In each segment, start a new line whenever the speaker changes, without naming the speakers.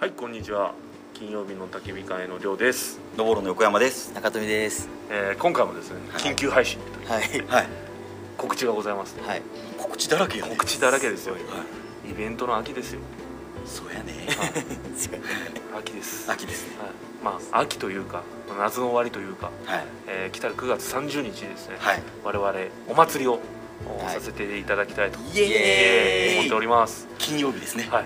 はいこんにちは金曜日の焚き火会のりょうです、
ドボロの横山です。
中富です
えー、今回もですね
はい
緊急配信という
は
は
い
い。
告知がございます、
はい
告知だらけやね。
告知だらけですよ
はい。
イベントの秋ですよ
そうやね。
秋です、はい、
秋ですね。
まあ秋というか夏の終わりというか、
はい。
えー、来たる9月30日にですね、
はい。
我々お祭りをお
はい
させていただきたいと、
イエーイ
思っております、
金曜日ですね。
はい、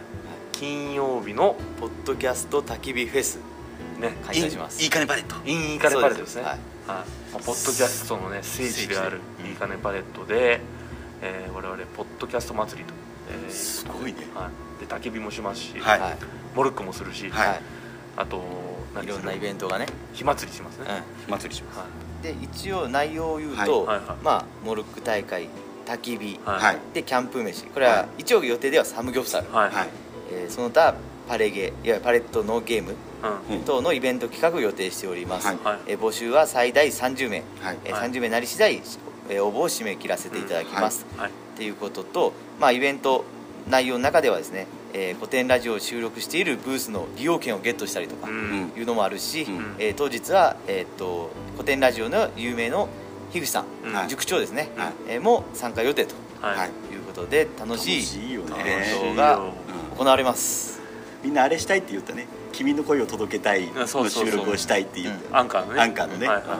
金曜日の
ポッドキャスト焚き火フェス
ね
開
い
催します
いいかねパレット。
インイカネパレードですね
はい
はいまあ、ポッドキャストのね聖地である
聖地
いいかねパレットで、えー、我々ポッドキャスト祭りと、えー
すごいね。
はい、で焚き火もしますし、
はい
は
モルックもするし、
はい
あと
いいろんなイ
ン
ベントがね
ト火祭りしますね、はい
祭りします。
で一応内容を言うと
はいはいはい
まあモルック大会焚き火
はい
はい。
でキャンプ飯これは一応予定ではサムギョプサル
はい
はい。
えーその他パレゲいわゆるパレットのゲーム
うん
うん
等のイベント企画を予定しております
はい
はい
えー募集は最大30名
はい。
えー
はい
30名なり次第えー応募を締め切らせていただきます
はい
っていうことと、まあ、イベント内容の中ではですね、えー、古典ラジオを収録しているブースの利用券をゲットしたりとか
う
い
ん
うのもあるし、
うん
えー当日は、えーっと古典ラジオの有名の樋口さん、
うん
はい
塾長ですね、
はい
えーも参加予定と
はい、
はい
いうことで楽しい
楽しいよね
イベント
いい
が
よ
うん
行われます。
みんなあれしたいって言ったね。君の声を届けたい。
あそうそうそう
収録をしたいって言っ
アンカーのね
た。アンカーのね。
はいは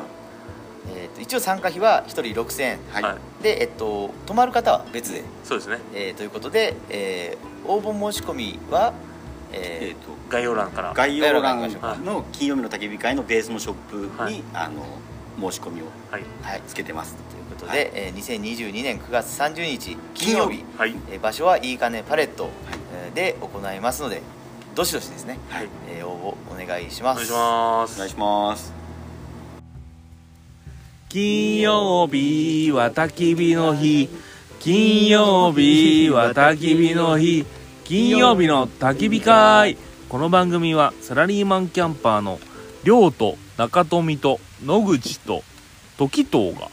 えーっと一応参加費は1人6000円
うん
い、
は
はい
い。
で、えっと泊まる方は別で、
そうですね
えーということで、えー応募申し込みは、
え
え
っと。
概要欄から
概要欄の金曜日の焚き火会のベースのショップに、あの申し込みを
はい
ーはい、
つけてます。
ということで、
はい
えー2022年9月30日金曜日
金曜
はい
えー場所はいいかねパレット、えーで行いますのでどしどしですね、
はい
えー応募お願いし
お
ます
願いしま
お
す
願いします。
金曜日は焚き火の日金曜日は焚き火の日金曜日の焚き火会この番組はサラリーマンキャンパーの亮と中富と野口と時藤が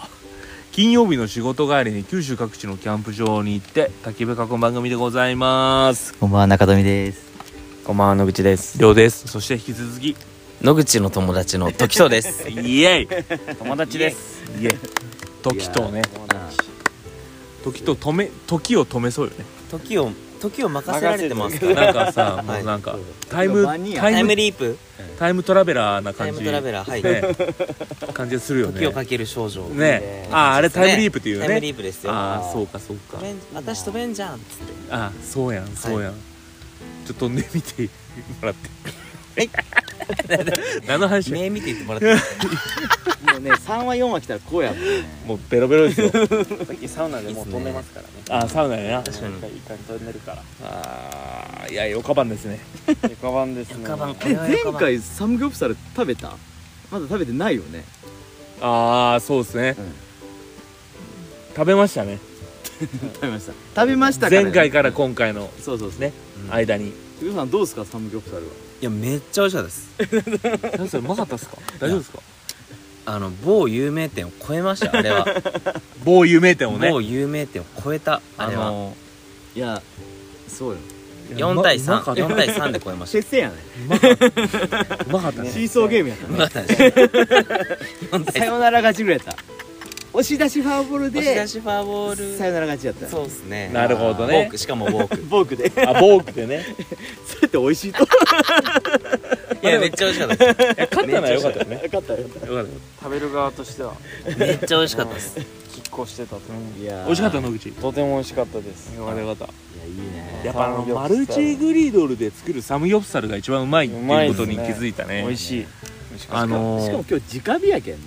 金曜日の仕事帰りに九州各地のキャンプ場に行って焚き火囲む番組でございます
こんばんは中富です
こんばんは野口です
亮ですそして引き続き
野口の友達の時藤で す
イエイ
友達です
イエイ時藤ね時と止め時を止めそうよね
時を時を任せられてますから
なんかさ、
はい
もうなんかタイム
マニア
タ
タ
イ
イム
ム
リープ
タイムトラベラーな
タイ
感
ム
じ
トラベラーはい、
ね感じがするよね
時をかける少女
ねあーあれタイムリープっていうよね
タイムリープですよ
ああそうかそうか
飛べん私飛べんじゃんっつって
あーそうやんそうやん、ちょっと飛んでみてもらって 何の話や
目見て言ってもらっていいです
もうね3話4話来たらこうや
もうベロベロですよ
さっきサウナでもう飛んでますからね。
あーサウナやな
確かに
一回飛んでるから。
あーいや横番ですね
床版ですね。
かばんこれ
え
は
前
横番
回サムギョプサル食べたまだ食べてないよね
ああそうですね、食べましたね
食べました食べましたから、ね、
前回から今回の
そうそうそう
ね間に、
ゆうさんどうですかサムギョプサルはい
やめっちゃ美味しかったです
何それうまかったっすか大丈夫ですか
あの某有名店を超 えましたあれは
某有名店をね
某有名店を超えたあ
あ
れは
のいやそうよ
4対
うまかった
34対3で超えました
接戦やね
うまかったね
シーソーゲームやったね
よかったで す
さよなら勝ちぐらいやった押し出しファーボールで
押し出しファーボール
さよなら勝ちやった
そうですね
なるほどね
ウォークしかもウォー ク
ボークで
あボークでね
それって美味しいと
いやめっちゃ美味しかったで
いや勝ったのは良かったよね
よかったよかっ
良かった
食べる側としては
すめっちゃ美味しかったです
拮抗してたと。
たいやー
美味しかった野口
とても美味しかったです。よかったよかっ
いやいいね
やっぱあの
サムギョプサ
マ
ル
ルチグリドルで作るサムギョプサルが一番うまいっていうことに
うま
気
いですね
づいた
た。
ね
美味しい。
あの
しかも
ー
今日直火やけんね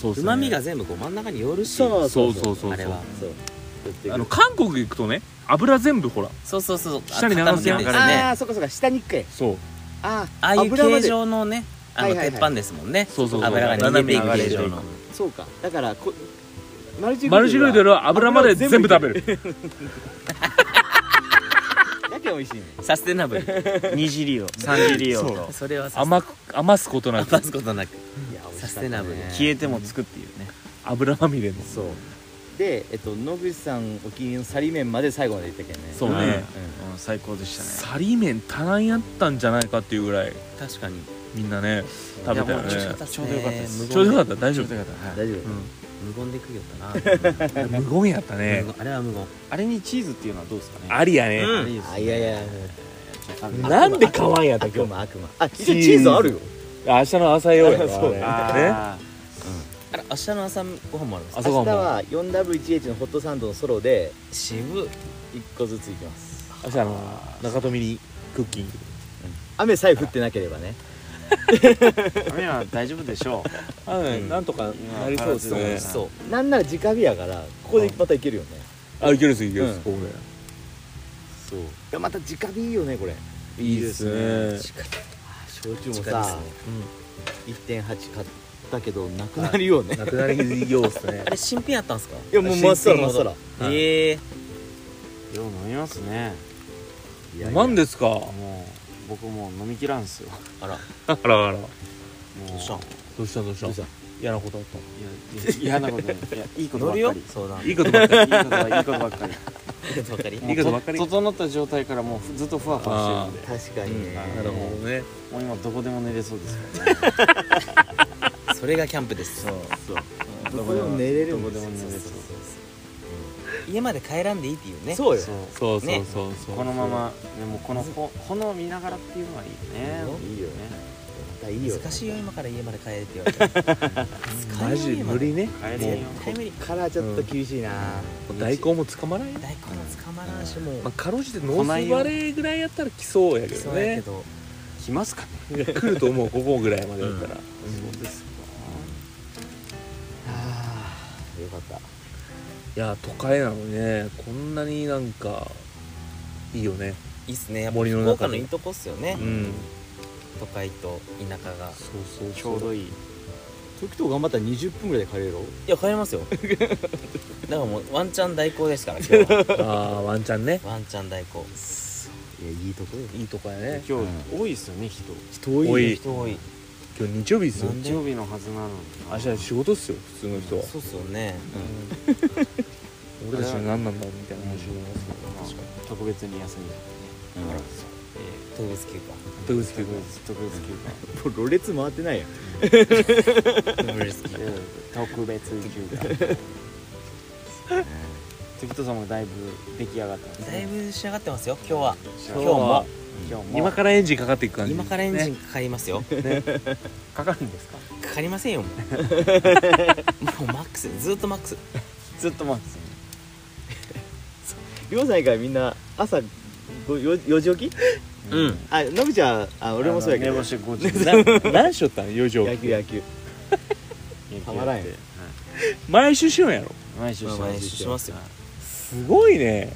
そうっす
う
ね
まみが全部こう真ん中に寄るし
そう
そうそうそう
あれ
そう
は
そう
あの韓国行くとね油全部ほら
そうそうそう
下に流すやん
あ
あれね
ああーそっかそっか下に行くかい
そう
ああ
ああいう
油ま
形
で
状のねあ
は
の
いはいはい
鉄板ですもんね
そうそうそう
油が逃げていく
斜めに
形状
流れ
の
そうかだからこマルチ
マルチグリドルは油まで全部食べ
る
る
だけ美味しいね
サステナブル
二次利用、三次利用と
それは
甘く余すことなく
余すことなく
いや美味しかったね
サステナブル
消えてもつくっていうね。
油まみれの
そう
で、えっと、野口さんお気に入りのサリ麺まで最後までいったけんね
そうね、
うん、最高でしたね
サリ麺足らんやったんじゃないかっていうぐらい
確かに
みんなね食べたよね
いやもうちょうどよかったです
ちょうどよかった大丈夫
ちょうどよかった、はい
大丈夫
無言で食いよったな、
無言やったね
無言あれは無言
あれにチーズっていうのはどうですかね
ありやね、
うん
あいやいや
なんで買わんやった
悪
今日
魔悪魔あ一応チーズあるよ
明日の朝用やから
そうね
あ
あれ明日の朝ご飯もあるんです
あ
か
そ
明
こ
日
はもう
は 4W1H のホットサンドのソロで
渋っ
一個ずついきます
明日あの中富にクッキング
雨さえ降ってなければね
ー雨は大丈夫でしょう
あのねなんとかなりそうです
う
ね
ん
そうなんなら直火やからここでまたいけるよね
あいけるっすいけるっす、
うん
ここで
そういやまた直火いいよねこれ
いいですね
焼酎も
直
さ、1.8買ったけどなくなるよね
なくなりようっすね
あれ新品やったんですか
いやもう真っさら真っさら
はい
ええ
よう飲みますね
いやいや
なんですか
もう僕もう飲みきらんすよ
あらあら
もう
したん
どうしたどうした
どうした
嫌なことあっ
い
た
やいや嫌なこと ないいやいいことばっか
乗る
り
よ相談
いいことばっかり
いいことはいいことばっかり
いいことばっかり
いいことばっかり
もうと整った状態からもうふずっとふわふわしてるんで
確かにね、
なるほどね
もう今どこでも寝れそうですからね
それがキャンプです
どこでも寝れるん
どこ
で
ですも
よ
寝れそう
家まで帰らんでいいっていうね
そうよ
そう
そうそう
ね
そうそう
このままねもうこのほ炎見ながらっていうのがいいよね
いいよねまたいいよ
難しいよ今から家まで帰れって言われて
マジ無理ね
帰れん
絶
よ
対無理
こっからちょっと厳しいな、
大根も捕まらんよ、
大根も捕まらんしもう
まあ、かろうじてノースバレーぐらいやったら来そうやけ
来
ど
そうやけ
ね
ど
来ますかね
来ると思うここぐらいまでやったら、
そうです
よかった
いや都会なのにねこんなになんかいいよね
いいっすねやっぱ
森の
福
中
岡
で
のいいとこっすよね
うん
都会と田舎が
そうそう
ちょうど
いい
いい
時と頑張ったら20分ぐらいで帰れろ
いや帰りますよだからもうワンチャン代行ですから今日 は
ああワンチャンね
ワンチャン代行
いやいいとこよ
いいとこやね
今日多いですよね人
人多い
多い
人多い
今日日曜日っすよ
なん
日曜日のはずなのに
明日仕事っすよ普通の人は、
そうっすよね
俺たちは何なんだろうみたいな話を思いますけど
まあ特別に休みだねえ
特別休暇
特
ー
別
特
休
別特別休
もうろれつ回ってないやん
暇えー特別休暇時とさんもだいぶ出来上がったんですね
だいぶ仕上がってますよ今日は
今
今日
今日
も
も
今日も
今からエンジンかかっていく感じ
今からエンジン
ね
かかりますよ
かかるんですか
かかりませんよもうもうマックスずっとマックス
ずっと待って
りょうさん以外みんな朝4時起き
た
うん
あのぶちゃんあ俺もそうやけ
寝
ど
坊して5時
な何しよったん余剰
野球野球たまらん
は
よ
い
毎週しようやろ
毎週して
まあ
ま
毎
す
週しますよ
すごいね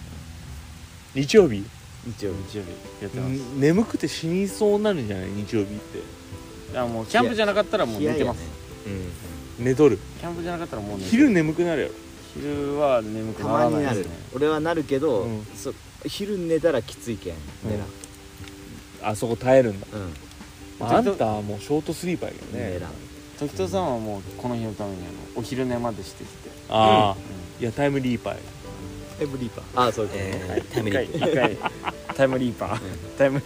日曜日
日曜日
日曜日やってます
ん眠くて死にそうになるんじゃない日曜日って
いやもうキャンプじゃなかったらもう寝てます
寝とる
キャンプじゃなかったらもう寝て
昼眠くなるやろ
昼は眠く
た
な
ま
ら
に
な
ない
で
る
すね
俺はなるけど、
うん
そ昼寝たらきついけん寝らん
あそこ耐えるんだ、
うん
まあ、あんたはもうショートスリーパーやけど
寝
ね
らん
時とさんはもうこの日のためにあのお昼寝までしてきて
ああ、いやタイムリーパーや
タイムリーパーあそういうことね、
えータイム
一
リ
回
ープ
一回タイムリーパータイム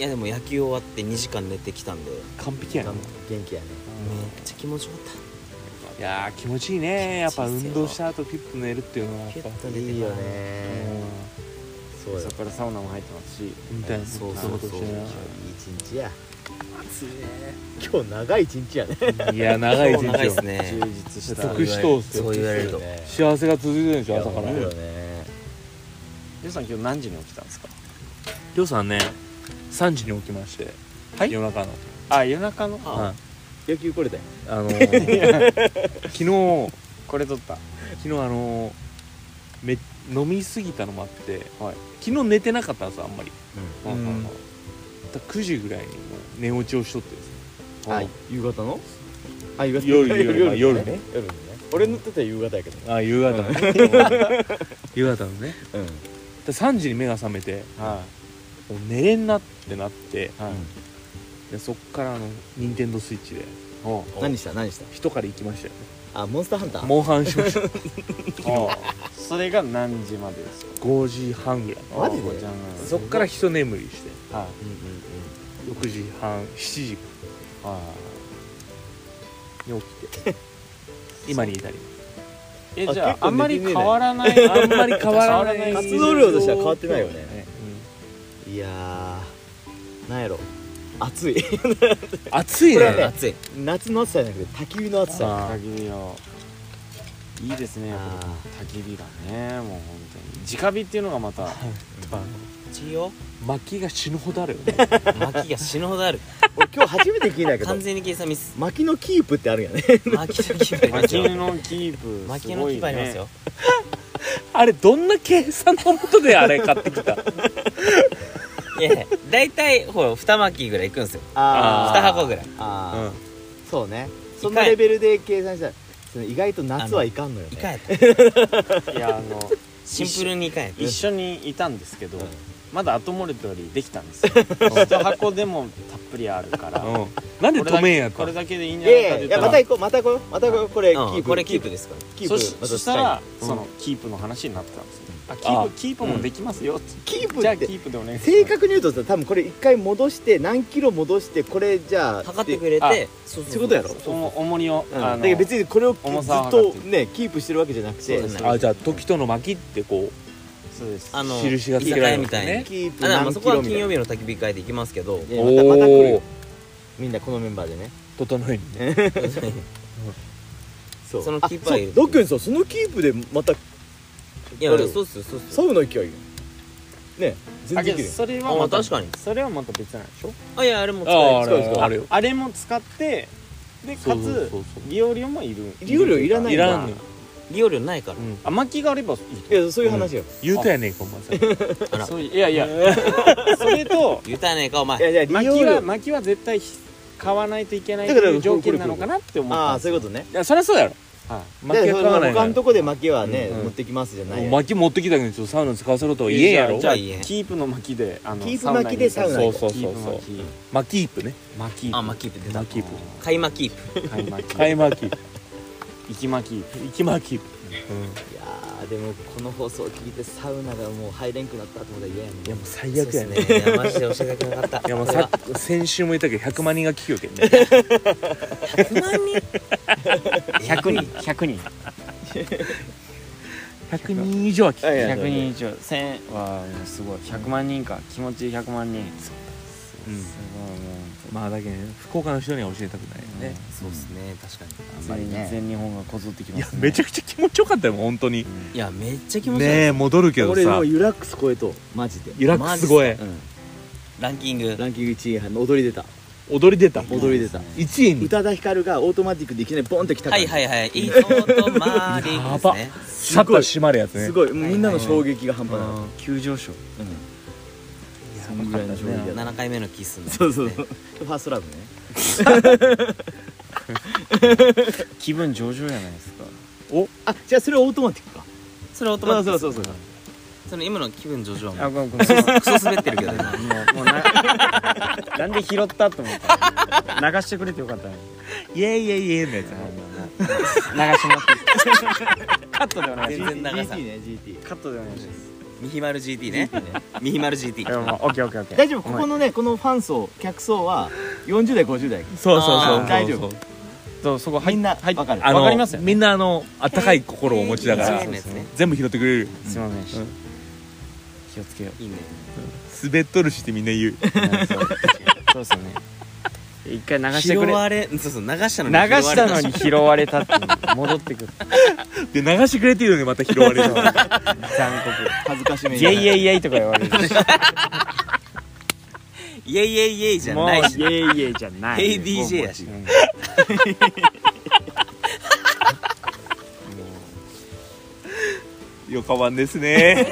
いやでも野球終わって2時間寝てきたんでめっ
完璧やな、
元気やね
ちゃ気持ちよかった
いやー気持ちいいねやっぱ運動した後ピュッと寝るっていうのはやっ
ピュ
ぱ
ッと寝て
いいよ
う
ね
ん
そうよ
そこからサウナも入ってますし
みたいな
そう
そうそう
いい一日や暑いね今日長い一日やね
いや長い一
長い
日
で
よ
すね
充実した
得しとうっす
そ
よ
う言われると
幸せが続いてるでしょ朝
朝か
か
らら
り
よね
皆さん今日何時に起きたんですか
ょうさんね3時に起きまして、
はい
夜中の
あ夜中の
はい
野球これだよ
あのー 昨日
これ撮った
昨日あのーめ飲みすぎたのもあって、
はい
昨日寝てなかったんですよあんまり、
うんうんうん
だから9時ぐらいにもう寝落ちをしとってですね
はい夕方のあ夕方
夜夜夜夜ね
夜ね俺のってたら夕方やけどね
あ夕方のね、夕方のね
うん
で3時に目が覚めて
は
もう寝れんなってなって
いはい
でそっからあの任天堂スイッチで
おう
何した何した
一狩り行きましたよね
あモンスターハンター
モンハンしました
それが何時までですか
5時半ぐらい
マジで
じゃあ
そっから一眠りして
は
うんうんうん
6時半7時
いはい
に起きて今に至ります
え
あ
じゃあ
結
あ
構
んま
寝
り
てねえ
変
な
わらない
あんまり変わらない
活動量としては変わってないよねいやーなんやろ暑い
暑い
これは
ね
ね暑い夏の暑さじゃなくて焚き火の暑さ
あー
焚き火をいいですねやっぱ
あ
焚き火がねもう本当に直火っていうのがまた
ちよ
薪が死ぬほどあるよね
薪が死ぬほどある俺今日初めて聞いたけど
完全に計算ミス
薪のキープってあるんやね
巻きの牙あります
薪
よ
のキープ
巻
す
き
ご
の
い
牙あります
ね
よ
あれどんな計算のもとであれ買って きた
いやいや大体ほら二巻きぐらいいくんですよ
あー
二箱ぐらい
あー
うん
そうねそのレベルで計算したらその意外と夏はいかんのよ
い
ね
かんやった
いやあの
シンプルにいかんやった
一緒にいたんですけど
うん
まだ後漏れたよりできたんですよ一箱でもたっぷりあるから
うんなんで
これだ
止めんやっ
こ
た
れだけでいいんじ
い
ゃないか
や
っ
いや
て言
いや
った
ま
ら
た行こうまた行こうまた行こうこれキー
うん
プ
これキープですから
キープ
そし
ま
そ
た
した
した
ら
い
そのキープの話になってたんですよあキー
あ
プキープもできますよって
キープ
じゃ
っ
あキ
て
ープでお願いします
正確に言うとさ多分これ一回戻して何キロ戻してこれじゃあ
測って
で
くれ
あ
てそう
そういうことやろ
おも重りを
うん
あ
だ
の
けど別にこれをず
重さを
っ
測っ
と
て
ねキープしてるわけじゃなく
そう
て
ですね
あじゃあ時との薪ってこ
そうです
あの
印がつけられるんですね
居酒屋みたいに
キープ
あだからまあ
何
そ
キ
こは
ロみた
金
いな
曜日の焚き火会で行きますけ ど
で
お
またまた来る
ー
よみんなこのメンバーでね
う整えにね
そ
そのキープは
あ
いる
そうドックンさんそのキープでまた
いや
ある
そうっすよそうっす
サ
よ
ウナ行きゃいいよね全
あ
然
けど
いけるよ
それ
あ
は
ま
ま
あ
た
確かに
それはまた別なんでしょ
あいやあれも使
あ
え
あ
る
そうです
れ
か
あるよ
あれも使ってでかつ利用料もいる
利用料いらない
いらんのよ
利用料ないから
うん
あ薪があればいい
いやそういう話よ
言うたやねんかお前 さっき
あら
そういいやいや それ と
言うたやねえかお
いや
前
いや利用
薪は
料
薪は絶対ひ買わないといけないと
だから
いう条件なのかなって思った
あ
ん
あ
です
そう
よ
いうことね
いやそりゃそうやろ
は
薪は買わない
他のと
も
こで負けはね
うん
持ってきますじゃな
う
いよ
薪持ってきたけどちょっとサウナ使わせろとはい言えんやろ
じゃあ
いいえ
キープの薪であの
キープ薪でサウナ
そ
行
う
こ
そう
キ
そ
ー
う
プ
そう
薪
薪イプね
薪
あまあキープ出た
薪イプ
買いまキープ
買い薪
買い薪
行き薪
行きキープ
いやーでもこの放送を聞いてサウナがもう入れんくなったと思ったら嫌やもん
いやもう最
そうっ
悪や
す
ね
ねいやマジで教えてくれなかった
いやもう
これ
さ
は
先週も言ったけど100万人が聞くよけんね
100万人
100人100人
100人以上は聞く
いやいや
100人以上1000はもうすごい100万人か気持ちいい100万人す
うん
ごいもう
まあだけどね福岡の人には教えたくないよね
そうっすね確かに
あんまりね全日本がこぞってき
い
ま
や
すね
めちゃくちゃ気持ちよかったよ本当に
いやめっちゃ気持ちいい
ねえ戻るけど
俺も
さ
うユラックス超えとうマジで
リラックス声
うん
ランキング
ランキング1位の踊り出た
踊り出た
踊り出た
1位
宇
に
多田ヒカルがオートマティックでいきなりボンってきたか
は
ら
いはいはい伊藤とマーリックですね
シャッター閉まるやつね
すごいみんなの衝撃が半端ない
うん
急上昇
そんぐらいの衝撃だった
7回目のキスの
そうそうそうファーストラブね
気分上々じゃないですか
あじゃあそれはオートマティックか
それオートマ
そ
ティ
う
ック
そ
で
う
す
そうそう
その今の気分上々
あ
は
ごめんごめん
クソクソ滑ってるけど今
もうもうななんで拾ったと思った 流してくれてよかったのに
イエイイエイイエイのや
流
つ
してもらっていいですかカットでお願いしま
全然流さん
GT ね GT
すカットでお願いします
ミヒマル GT ねミヒマル GT
あ もうオッケーオッケーオッケー
大丈夫ここのねこのファン層客層は40代50代
そうそうそう
あー
大丈夫
そうそこ入
み
っ
んな
入っ
わかる
あ
わかります
の
よね
みんなあのあったかい心をお持ちだか
そう
ら
そうですね
全部拾ってくれるよ
すいませんでした、
うん
気をつけよ
いいね
滑っとるしってみんな言う
うそうですよね一回流して
拾
くれ
われそうそう流した
流
のに拾われ
したのに拾われたっていう戻ってくる
で流してくれてるのにまた拾 われる
残酷
恥ずかしめ
イェイイェイイェイとか言われるし
イエイイエイイエイじゃ
もうイ
ないし
ェイイェイじゃない
ADJ やし
もうも
よかばんですね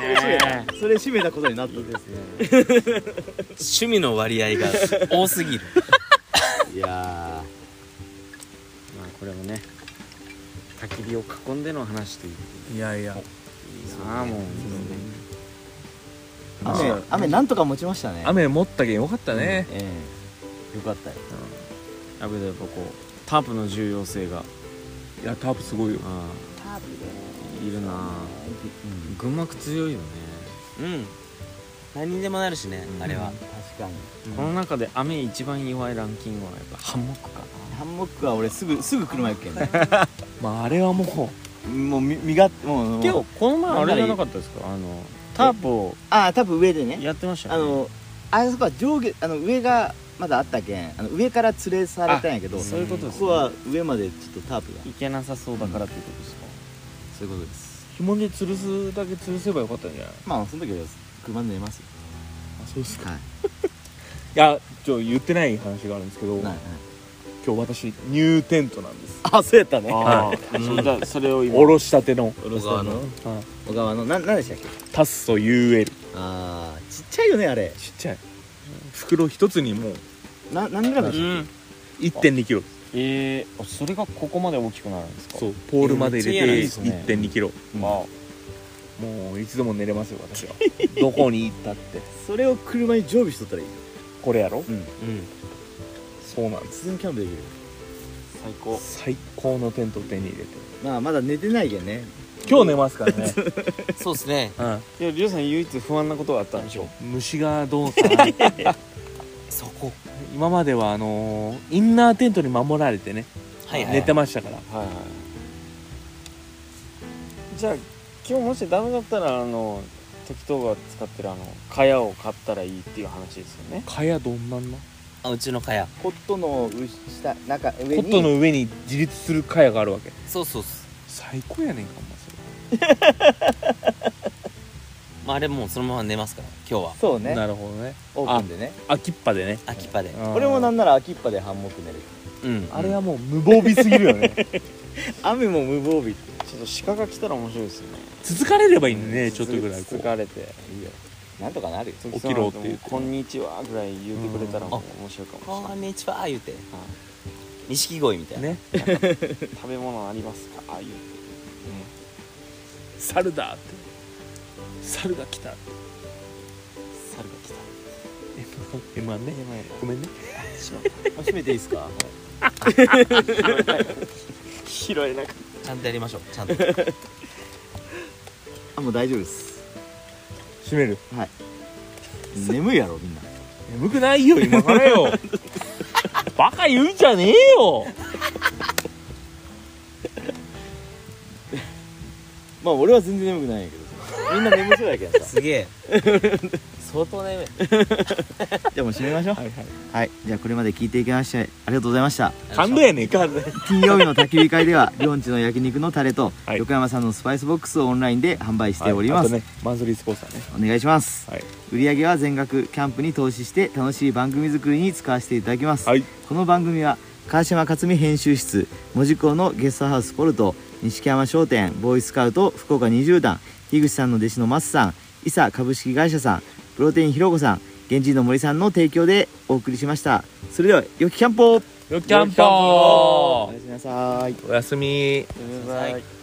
うね
それ締めたことになったい
趣味の割合が多すぎる
や
まあこれもね焚き火を囲んでの話という
いやいや
ああもう
ー雨雨なんとか持ちましたね
雨持ったけんよかったね
ええよかったよ
だけどやっぱこう
タープの重要性が
いやタープすごいよ
あ
タープ
あいるなあ群幕強いよね
うん何にでもなるしね、
うん
あれは
確かに
この中で雨一番弱いランキングはやっぱハンモックか
ハンモックは俺すぐすぐ車行くけんね
まああれはも
もうみ身がもう
う今日この前あれじゃなかったですかあのタープを
ああ多分上でね
やってました
あ
よね
のあそこは上下あの上がまだあったけんあの上から連れ去られたんやけど
あそういうことですね
ここは上までちょっとタープが
いけなさそうだからっていうことですか
そういうことです
紐で吊るすだけ吊るせばよかったんじゃない
まあその時は車で寝ますよ
あそうです
はい
いやちょ言ってない話があるんですけど、
はいはい
今日私ニューテントなんです
あそうやったね
ああそれだそれを今
おろしたての
小川の
はい
小川のな何でしたっけ
タッソ UL ちっ
ああちっちゃいよねあれ
ちゃい袋一つにもう
な何グラムでし
1 2キロ
えー、あそれがここまで大きくなるんですか
そうポールまで入れ
め
て
っちゃいいや
1
つですね
2キロ
まあ
もういつでも寝れますよ 私はどこに行ったって
たそれを車に常備しとったらいいよ
これやろ
うん
そうなんで
い
す
つでもキャンプできる
最高
最高のテントを手に入れて
まあまだ寝てないけんね
今日寝ますから ね、
そうですね
いやりょうさん唯一不安なことがあったんでしょ
うん、虫がどうかな
そこ
今まではあのーインナーテントに守られてね
はいはい
寝てましたから
はいはいじゃあ今日もしダメだったらあの適当が使ってるあの蚊帳を買ったらいいっていう話ですよね
蚊帳どんなんな
あうちの蚊帳
コットンの上下中上
コ
に
ットンの上に自立する蚊帳があるわけ
そうそうっす
最高やねんかお前それ
まああれもうそのまま寝ますから今日は
そうね
なるほどね
オープンでね
秋っぱでね
秋っぱで
俺もなんんなら秋っぱでハンモック寝る
うん
あれはもう無防備すぎるよね
雨も無防備って
ちょっと鹿が来たら面白いですよね
続かれればいいんでねちょっとぐらいこ
つつ
う
かれて
いいよなんとかなるよ
起きろって言って
こんにちはぐらい言ってくれたらもう面白いかもし
こ
れない
んにちは言うて錦鯉みたいな
ね
食べ物ありますかああいう
猿だって猿が来たって
猿が来た
M1 ねごめんね
閉めていいですか
拾えなかっ
ちゃんとやりましょうちゃんと
あもう大丈夫です
閉める
眠いやろみんな
眠くないよ今 からよバカ言うんじゃねえよ
まあ俺は全然眠くないんやけどみんな眠そうやけ どさ
すげえ相当眠い
じゃあもう閉めましょうはい、じゃあこれまで聞いていきましてありがとうございました
感動やねんか
金曜日の焚き火会で はりょんちの焼肉のタレと、
はい
横山さんのスパイスボックスをオンラインで販売しておりま
あ
す、
とねマンスリースポンサーね
お願いします、
はい
売り上げは全額キャンプに投資して楽しい番組作りに使わせていただきます、
はい
この番組は川島克美編集室門司港のゲストハウスポルト錦山商店ボーイスカウト福岡20段樋口さんの弟子のマスさん伊佐株式会社さんプロテインひろこさん源氏の森さんの提供でお送りしましたそれでは良きキャンプを
よっキャンポ
お
ー
やすみなさい
おやすみ
はい